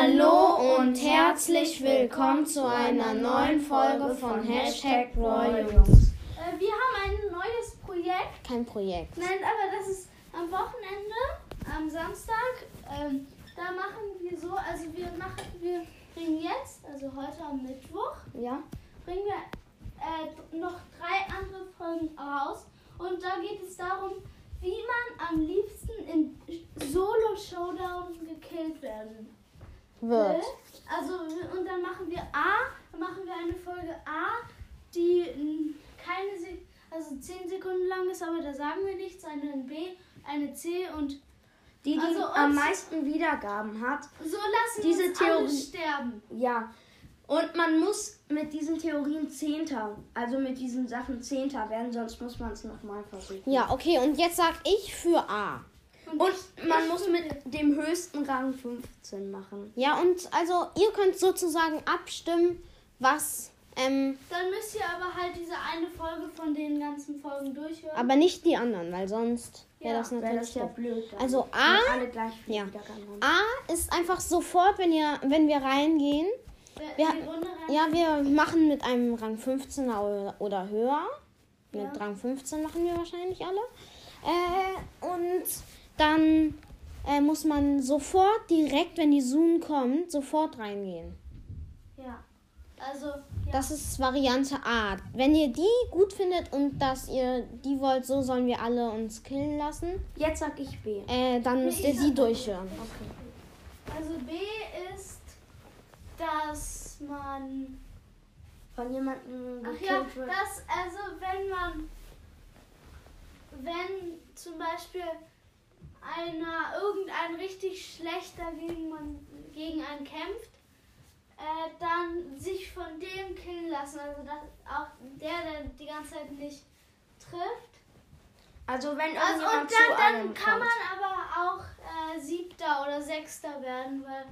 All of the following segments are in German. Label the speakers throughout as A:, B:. A: Hallo und herzlich willkommen zu einer neuen Folge von Hashtag Royal Jungs.
B: Äh, wir haben ein neues Projekt.
A: Kein Projekt.
B: Nein, aber das ist am Wochenende, am Samstag. Ähm, da machen wir so, also wir machen, wir bringen jetzt, also heute am Mittwoch,
A: Ja?
B: bringen wir äh, noch drei andere Folgen raus. Und da geht es darum, wie man am liebsten in Solo-Showdown gekillt werden
A: Wird.
B: also, und dann machen wir A, dann machen wir eine Folge A, die n, keine Sek also 10 Sekunden lang ist, aber da sagen wir nichts, eine B, eine C und
A: Die, die
B: Also uns-
A: am meisten Wiedergaben hat.
B: so lassen
A: Diese
B: wir uns
A: Theorie-
B: alle sterben.
A: Ja. Und man muss mit diesen Theorien Zehnter, also mit diesen Sachen Zehnter werden, sonst muss man es nochmal versuchen.
C: Ja, okay, und jetzt sag ich für A.
A: Und man muss mit dem höchsten Rang 15 machen.
C: Ja, und also ihr könnt sozusagen abstimmen, was, ähm,
B: Dann müsst ihr aber halt diese eine Folge von den ganzen Folgen durchhören.
C: aber nicht die anderen, weil sonst wäre
B: Ja,
C: das
A: Wäre
C: natürlich
A: das ja
C: doof.
A: blöd. dann.
C: Also
A: Wenn
C: A,
A: alle gleich viele
C: Ja.
A: Wiedergaben haben.
C: A ist einfach sofort, wenn ihr, wenn wir reingehen.
B: wir,
C: wir-
B: die Runde rein.
C: Ja, wir machen mit einem Rang 15er oder- oder höher. Mit
B: Ja.
C: Rang 15 machen wir wahrscheinlich alle. Äh, und dann äh, muss man sofort direkt, wenn die Zoom kommt, sofort reingehen.
B: ja. Also, ja.
C: Das ist Variante A. Wenn ihr die gut findet und dass ihr die wollt, so sollen wir alle uns killen lassen,
A: Jetzt sag ich B.
C: äh, dann müsst ihr sie durchhören.
B: also B ist, dass man
A: Von jemandem
B: Ach
A: gekillt
B: ja,
A: wird.
B: das, also wenn man, wenn zum Beispiel einer, irgendein richtig schlechter gegen, man, gegen einen kämpft, äh, dann sich von dem killen lassen. Also dass auch der, der die ganze Zeit nicht trifft.
A: Also wenn
B: Also,
A: irgendjemand
B: und
A: zu
B: dann,
A: einem
B: dann kann
A: kommt.
B: man aber auch äh, Siebter oder Sechster werden, weil,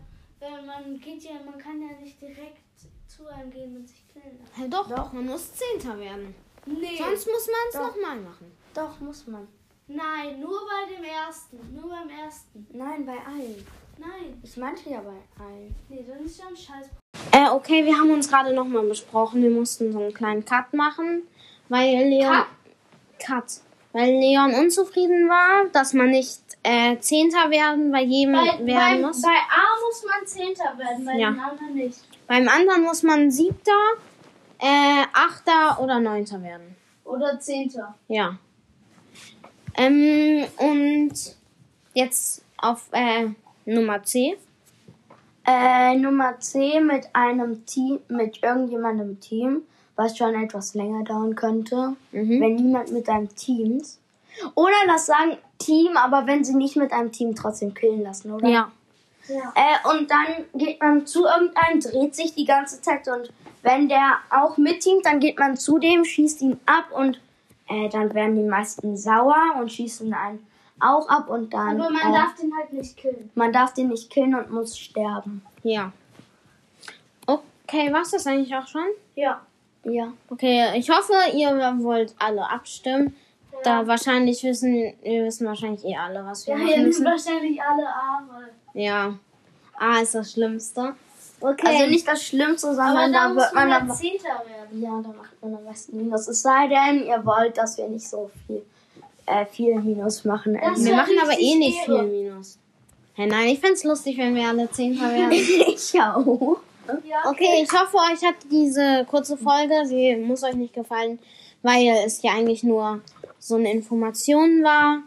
B: weil man geht ja, man kann ja nicht direkt zu einem gehen und sich killen lassen.
C: Halt doch,
A: Doch.
C: man muss Zehnter werden.
B: Nee.
C: Sonst muss man
A: Doch.
C: es nochmal machen.
A: Doch, muss man.
B: Nein, nur bei dem ersten. Nur beim ersten.
A: Nein, bei allen.
B: Nein.
A: Ich meinte ja bei allen.
B: Nee, dann ist ja ein Scheiß.
C: Äh, okay, wir haben uns gerade nochmal besprochen. Wir mussten so einen kleinen Cut machen, weil Leon.
B: Cut?
C: Cut. Weil Leon unzufrieden war, dass man nicht äh, Zehnter werden bei jedem werden muss.
B: A muss man Zehnter werden, bei
C: Ja.
B: den anderen nicht.
C: Beim anderen muss man Siebter, äh, Achter oder Neunter werden.
B: Oder Zehnter.
C: Ja. Ähm, und jetzt auf äh, Nummer C.
A: Äh, Nummer C mit einem Team, mit irgendjemandem im Team, was schon etwas länger dauern könnte,
C: Mhm.
A: wenn niemand mit einem Team ist. Oder das sagen Team, aber wenn sie nicht mit einem Team trotzdem killen lassen, oder?
C: Ja.
B: Ja.
A: Äh, und dann geht man zu irgendeinem, dreht sich die ganze Zeit und wenn der auch mitteamt, dann geht man zu dem, schießt ihn ab und äh, dann werden die meisten sauer und schießen einen auch ab und dann.
B: Aber man
A: äh,
B: darf den halt nicht killen.
A: man darf den nicht killen und muss sterben.
C: Ja. Okay, war's das eigentlich auch schon?
B: Ja.
A: Ja.
C: Okay, ich hoffe, ihr wollt alle abstimmen. Da wahrscheinlich wissen, wir wissen wahrscheinlich eh alle, was wir
B: Ja,
C: machen
B: hier sind
C: müssen.
B: wahrscheinlich alle A, weil.
C: Ja. A ist das Schlimmste. Okay.
A: Also nicht das Schlimmste,
B: Aber
A: sondern
B: da
A: da
B: muss
A: wird man
B: man
A: dann.
B: ja Zehnter werden.
A: Ja, da macht man am besten Minus. Es sei denn, ihr wollt, dass wir nicht so viel, äh, viel Minus machen. Ähm,
B: Das
C: wir
B: wär
C: machen aber
B: richtig
C: eh nicht
B: irre.
C: viel Minus. Hey, nein, ich find's lustig, wenn wir alle Zehnter werden.
A: ich auch.
C: Hm?
B: Ja.
C: Okay, ich hoffe, euch hat diese kurze Folge, sie muss euch nicht gefallen, weil es ja eigentlich nur so eine Information war.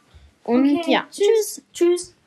C: Und
B: Okay,
C: ja, tschüss.
A: Tschüss.